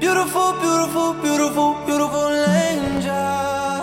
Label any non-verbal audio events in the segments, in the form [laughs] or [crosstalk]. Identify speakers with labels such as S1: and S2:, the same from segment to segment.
S1: beautiful, beautiful, beautiful, beautiful angel.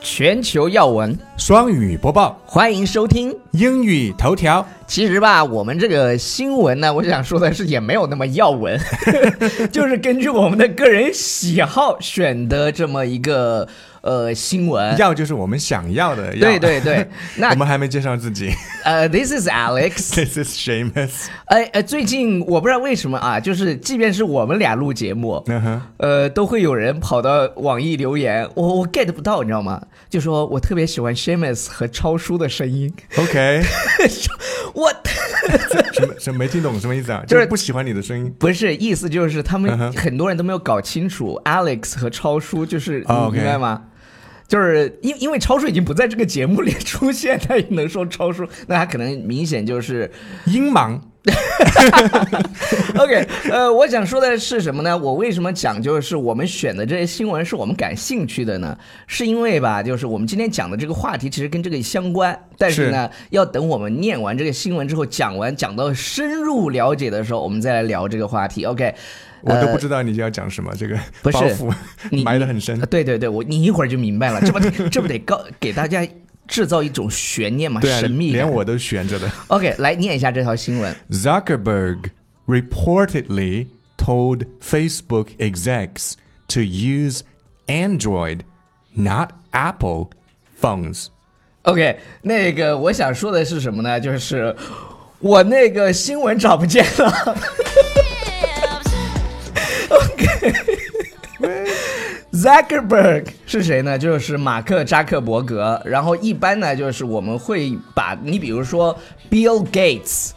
S2: 全球要闻，
S3: 双语播报，
S2: 欢迎收听。
S3: 英语头条，
S2: 其实吧，我们这个新闻呢，我想说的是也没有那么要闻， [laughs] 就是根据我们的个人喜好选的这么一个呃新闻。
S3: 要就是我们想要的要。
S2: 对对对， [laughs] 那
S3: 我们还没介绍自己 [laughs]
S2: 呃，This is Alex。
S3: ，This is Shamus。
S2: 哎哎，最近我不知道为什么啊，就是即便是我们俩录节目，
S3: 嗯哼，
S2: 呃，都会有人跑到网易留言，我我 get 不到，你知道吗？就说我特别喜欢 Shamus 和超叔的声音，
S3: OK， [laughs]
S2: 我
S3: 什么什么没听懂什么意思啊？
S2: 就是
S3: 不喜欢你的声音。
S2: 不是意思就是他
S3: 嗯
S2: 们
S3: 哼
S2: 很多人都没有搞清楚 Alex 和超叔就是、
S3: 哦
S2: 你
S3: OK
S2: 明白吗？就是因因为超叔已经不在这个节目里出现，他也能说超叔，那他可能明显就是 [laughs]
S3: 音盲
S2: OK，呃，我想说的是什么呢？我为什么讲就是我们选的这些新闻是我们感兴趣的呢？是因为吧，就是我们今天讲的这个话题其实跟这个相关，但是呢，要等我们念完这个新闻之后，讲完讲到深入了解的时候，我们再来聊这个话题。OK，
S3: 我
S2: 呃
S3: 都不知道你要讲什么，这个
S2: 不是
S3: 包袱
S2: 你
S3: [laughs] 埋得很深
S2: 啊，。对对对，我你一会儿就明白了，这不得这不得告给大家制造一种悬念嘛，
S3: 对啊，
S2: 神秘感
S3: 连我都悬着的。
S2: OK，来念一下这条新闻。
S3: Zuckerberg reportedly told Facebook execs to use Android, not Apple, phones.
S2: OK，那个我想说的是什么呢？就是我那个新闻找不见了。Zuckerberg 是谁呢？就是马克扎克伯格。然后一般呢，就是我们会把你比如说 Bill Gates。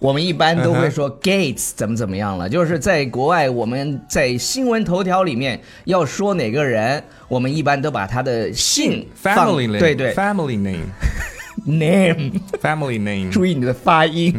S2: 我们一般都会
S3: 嗯
S2: 说 Gates 怎么怎么样了，就是在国外，我们在新闻头条里面要说哪个人，我们一般都把他的姓放
S3: Family name.
S2: 对对
S3: Family name. 嗯
S2: name，
S3: Family name.
S2: 注意你的发音、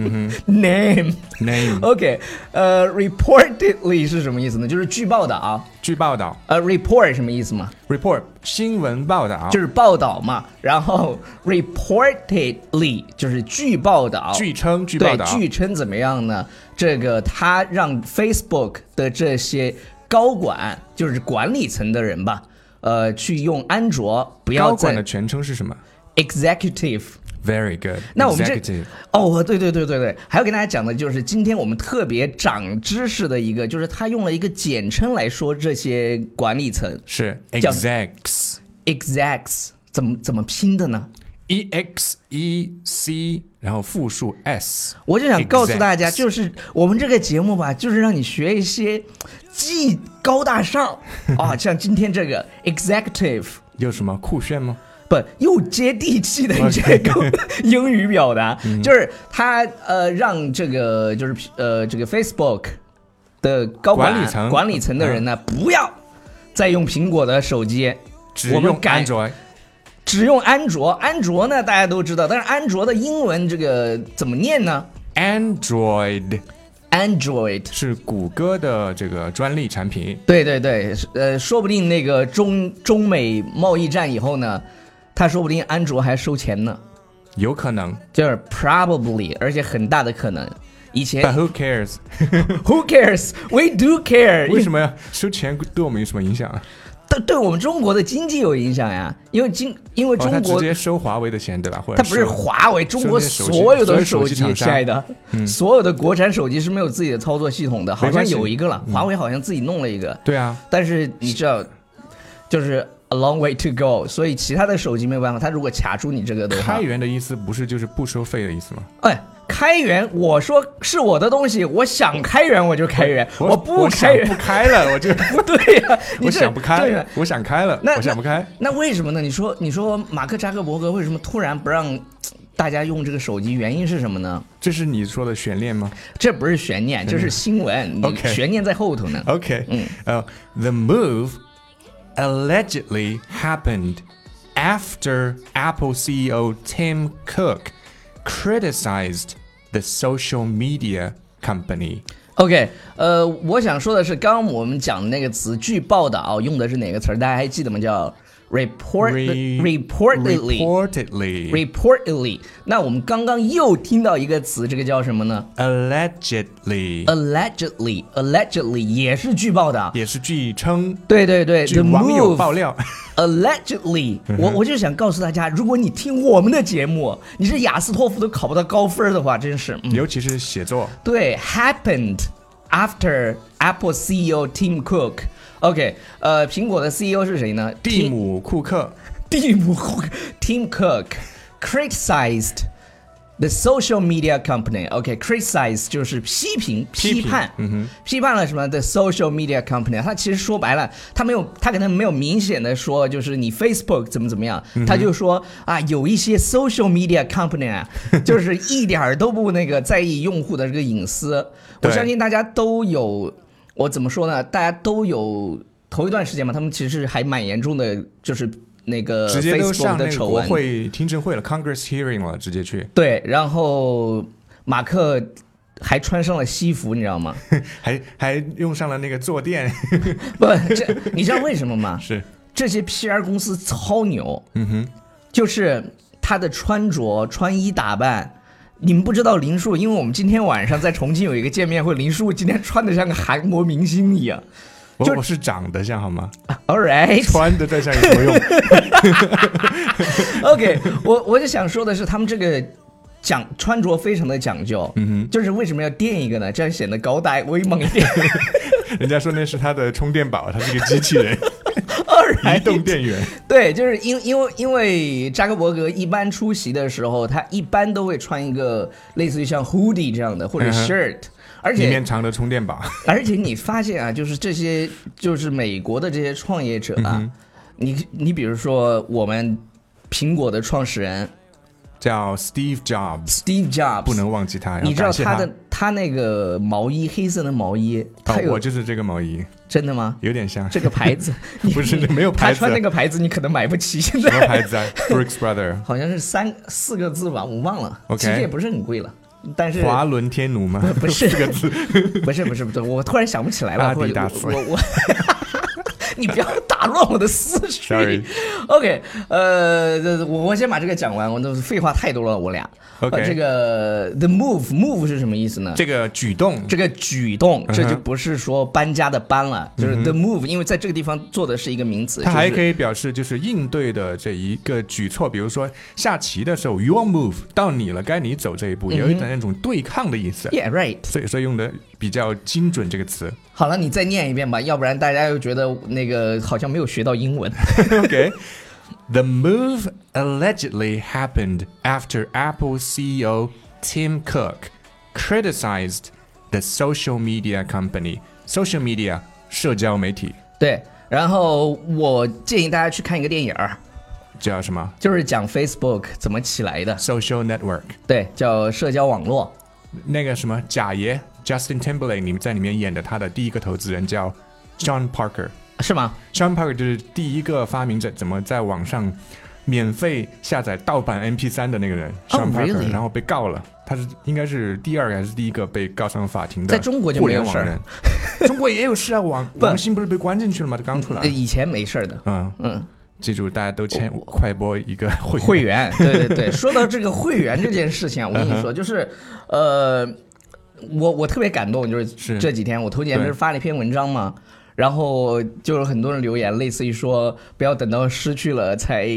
S2: name。
S3: 嗯 Name.
S2: OK，呃，reportedly 是什么意思呢？就是据报道啊。
S3: 据报道
S2: 呃，report 什么意思嘛？
S3: ，report 新闻报道，
S2: 就是报道嘛。然后 reportedly 就是据报道，
S3: 据称据报道
S2: 对，据称怎么样呢？这个他让 Facebook 的这些高管，就是管理层的人吧，呃，去用安卓，不要
S3: 高管的
S2: 再
S3: 全称是什么
S2: executive。
S3: ？Very good.
S2: 那我们这
S3: Executive
S2: 哦，对对对对对，还要跟大家讲的就是，今天我们特别长知识的一个，就是他用了一个简称来说这些管理层
S3: 是
S2: 叫
S3: execs.
S2: execs 怎么怎么拼的呢？
S3: E X E C，然后复数 S。
S2: 我就想告诉大家，
S3: Execs
S2: 就是我们这个节目吧，就是让你学一些既高大上啊，像今天这个 executive。
S3: 有什么酷炫吗？
S2: 不又接地气的
S3: [laughs]
S2: 这个英语表达，
S3: 嗯
S2: 就是他呃让这个就是呃这个 Facebook 的高管
S3: 管理层嗯
S2: 管理层的人呢，不要再用苹果的手机，
S3: 只
S2: 我们
S3: 用
S2: 改
S3: Android。
S2: 只用安卓。安卓呢大家都知道，但是安卓的英文这个怎么念呢
S3: Android
S2: ？Android。
S3: 是谷歌的这个专利产品。
S2: 对对对，呃，说不定那个中中美贸易战以后呢，他说不定安卓还收钱呢，
S3: 有可能
S2: 就是 probably，而且很大的可能。以前
S3: ，But who
S2: [laughs]
S3: cares？
S2: Who cares? We do care.
S3: 为什么要收钱？对我们有什么影响啊？
S2: 对对我们中国的经济有影响呀？因为经因为
S3: 哦，他
S2: 中
S3: 直
S2: 国、
S3: 接收华为的钱，对吧？或者
S2: 它不是
S3: 收
S2: 华为，中国
S3: 收那些手机
S2: 所有的
S3: 所有手机
S2: 机，亲
S3: 厂商嗯
S2: 爱的，所有的国产手机是没有自己的操作系统的，好像
S3: 没关系嗯
S2: 有一个了，华为好像自己弄了一个，
S3: 对啊，
S2: 但是你知道，就是 a long way to go，所以其他的手机没有办法，它如果卡住你这个的话
S3: 开，源的意思不是就是不收费的意思吗？
S2: 哎。开源，我说是我的东西，我想开源我就开源，不
S3: 我想
S2: 开源
S3: 不开了， [laughs] 我就
S2: 不 [laughs] 对呀、你
S3: 我
S2: 这
S3: 想不
S2: 对呀
S3: 开，我想开了，
S2: 那
S3: 我想不开。
S2: 那为什么呢？你说，你说马克扎克伯格为什么突然不让大家用这个手机？原因是什么呢？
S3: 这是你说的悬念吗
S2: 这不是悬念，这是新闻，你
S3: 嗯 OK
S2: 悬念在后头呢。
S3: ？OK，
S2: 嗯
S3: 呃、t h e move allegedly happened after Apple CEO Tim Cook criticized the social media company。
S2: OK，呃，我想说的是，刚刚我们讲的那个词，据报道用的是哪个词儿？大家还记得吗？叫 report
S3: Re-
S2: reportedly
S3: reportedly
S2: reportedly。那我们刚刚又听到一个词，这个叫什么呢
S3: allegedly
S2: ？allegedly allegedly 也是据报的。
S3: 也是据称，
S2: 对对对
S3: 据
S2: ，the
S3: 网友
S2: move
S3: 爆料，
S2: Allegedly，我
S3: 嗯
S2: 我就想告诉大家，如果你听我们的节目，你是雅思托福都考不到高分的话，真是。嗯、
S3: [laughs] 尤其是写作
S2: 对，happened after Apple CEO Tim Cook。OK，呃，苹果的 CEO 是谁呢？
S3: 蒂姆·库克。
S2: [laughs] 蒂姆库克 Tim Cook criticized the social media company. OK，criticize、就是批评、批
S3: 批评
S2: 判，嗯批判了什么？The social media company，他其实说白了，他没有，他可能没有明显的说，就是你 Facebook 怎么怎么样，
S3: 嗯
S2: 他就说啊，有一些 social media company
S3: [laughs]
S2: 啊，就是一点儿都不那个在意用户的这个隐私。我
S3: 对
S2: 相信大家都有，我怎么说呢？大家都有头一段时间嘛，他们其实还蛮严重的，就是那个
S3: 直接都
S2: 呃 Facebook
S3: 上那
S2: 的
S3: 个
S2: 丑
S3: 国
S2: 闻。
S3: 会听证会了，Congress hearing 了，直接去，
S2: 对，然后马克还穿上了西服，你知道吗？ [laughs]
S3: 还还用上了那个坐垫，
S2: 不，这你知道为什么吗？
S3: 是，
S2: 这些 PR 公司超牛，
S3: 嗯哼，
S2: 就是他的穿着、穿衣打扮。你们不知道林树，因为我们今天晚上在重庆有一个见面会，林树今天穿的像个韩国明星
S3: [laughs]
S2: 一样。
S3: 我
S2: 就
S3: 我是长得像好吗？
S2: All right，
S3: 穿的再像有什么用？ [laughs]
S2: OK，我我就想说的是，他们这个讲穿着非常的讲究，
S3: 嗯
S2: 就是为什么要垫一个呢？这样显得高大威猛一点。
S3: 哼，人家说那是他的充电宝，他是个机器
S2: [laughs]
S3: 人，
S2: 二来
S3: 移动
S2: [laughs]
S3: 电源。
S2: 对，就是因因为因为扎克伯格一般出席的时候，他一般都会穿一个类似于像 hoodie 这样的或者
S3: 嗯哼
S2: shirt，、而
S3: 里
S2: 且
S3: 面藏着充电宝，
S2: 而且你发现啊，就是这些就是美国的这些创业者啊，
S3: 嗯
S2: 你你比如说我们苹果的创始人
S3: 叫 Steve Jobs，
S2: Steve Jobs，
S3: 不能忘记他。
S2: 你知道
S3: 要感谢
S2: 他
S3: 他
S2: 的他那个毛衣，黑色的毛衣，他
S3: 哦，
S2: 有、
S3: 我就是这个毛衣，
S2: 真的吗？
S3: 有点像
S2: 这个牌子 [laughs] 你
S3: 不是没有 [laughs] 牌
S2: 他穿
S3: 子
S2: 那个牌子你可能买不起，现
S3: 什么牌
S2: 在
S3: 子啊？Brooks Brother，
S2: 好像是三四个字吧，我忘了
S3: OK
S2: 其实也不是很贵了，但是
S3: 华伦天奴
S2: [laughs]
S3: 吗？
S2: 不是
S3: 四个字，
S2: 不是不是不是，我突然想不起来了，
S3: 阿
S2: 或者
S3: 迪达斯
S2: 我我 [laughs] 我你不要打乱我的思绪。
S3: Sorry
S2: OK，呃，这我我先把这个讲完，我的废话太多了，我俩。
S3: OK
S2: 呃这个 the move move 是什么意思呢？
S3: 这个举动
S2: 这个举动，
S3: 哼嗯
S2: 这就不是说搬家的搬了，就是 the move，因为在这个地方做的是一个名词。
S3: 它还可
S2: 以
S3: 以表示就是应对的这一个举措，比如说下棋的时候，your move 到你了，该你走这一步，有一点那种对抗的意思。啊
S2: ，Yeah right。
S3: 所以说用的比较精准这
S2: [laughs]
S3: 个词。
S2: 好了，你再念一遍吧，要不然大家又觉得那个好像没有学到英文。 [laughs]
S3: okay. The move allegedly happened after Apple CEO Tim Cook criticized the social media company. Social media 社交媒体
S2: 对，然后我建议大家去看一个电影儿，
S3: 叫什么
S2: 就是讲 Facebook 怎么起来的，
S3: ？Social network
S2: 对，叫社交网络。
S3: 那个什么贾爷 Justin Timberlake，你们在里面演的他的第一个投资人叫 John Parker。
S2: 是吗？
S3: Sean Parker 就是第一个发明者，怎么在网上免费下载盗版 MP3 的那个人、
S2: Oh,
S3: Sean Parker，、
S2: really？
S3: 然后被告了。他是应该是第二个还是第一个被告上法庭的
S2: 在中国就
S3: 互
S2: 没有
S3: 联
S2: 事儿
S3: 网人， [laughs] 中国也有事啊，网王兴不是被关进去了吗？他刚出来
S2: 呃，以前没事儿的。
S3: 嗯，
S2: 嗯，
S3: 记住大家都签快播一个会嗯
S2: 会员， [laughs] 对对对。说到这个会员这件事情啊，我跟你说，就是，呃，我我特别感动，就是
S3: 是
S2: 这几天我头几天不
S3: 对
S2: 是发了一篇文章嘛，然后就是很多人留言，类似于说不要等到失去了才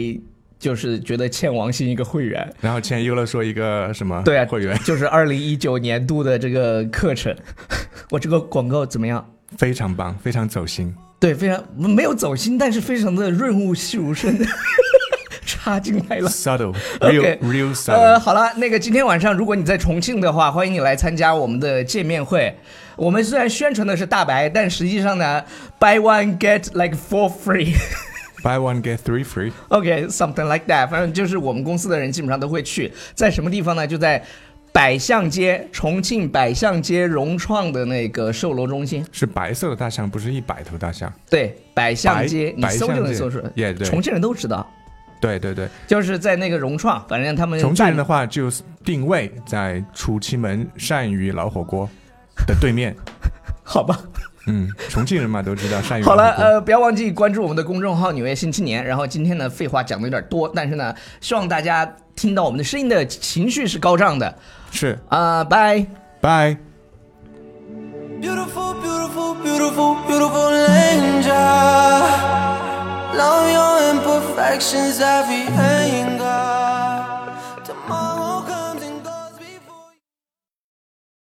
S2: 就是觉得欠王兴一个会
S3: [laughs]
S2: 员。
S3: 然后签优乐说一个什么
S2: 对啊，
S3: 会员
S2: 就是二零一九年度的这个课程， [laughs] 我这个广告怎么样？
S3: 非常棒，非常走心。
S2: 对，非常没有走心，但是非常的润物细无声的 [laughs] 插进来了。 [laughs]
S3: Subtle
S2: OK
S3: real real
S2: 呃，
S3: subtle，
S2: 好了，那个今天晚上如果你在重庆的话，欢迎你来参加我们的见面会。我们虽然宣传的是大白，但实际上呢，buy one get like for free。 [laughs]
S3: buy one get three free。
S2: OK，something、like that，反正就是我们公司的人基本上都会去，在什么地方呢？就在百象街，重庆百象街融创的那个售楼中心。
S3: 是白色的大象，不是一百头大象。
S2: 对，百象街，你
S3: 白
S2: 搜就
S3: 象
S2: 能
S3: 街
S2: 搜出来。
S3: Yeah，对
S2: 重庆人都知道，
S3: 对对对，
S2: 就是在那个融创，反正他们
S3: 重庆
S2: 办
S3: 人的话就定位在楚奇门鳝鱼老火锅的对面，
S2: 好吧。
S3: 嗯，重庆人嘛都知道鳝鱼。
S2: 好了，，呃，不要忘记关注我们的公众号《纽约新青年》。然后今天呢，废话讲的有点多，但是呢，希望大家听到我们的声音的情绪是高涨的
S3: 是，
S2: 啊、拜。
S3: 拜。
S1: Beautiful, beautiful, beautiful, beautiful angel. Now your imperfections have the anger.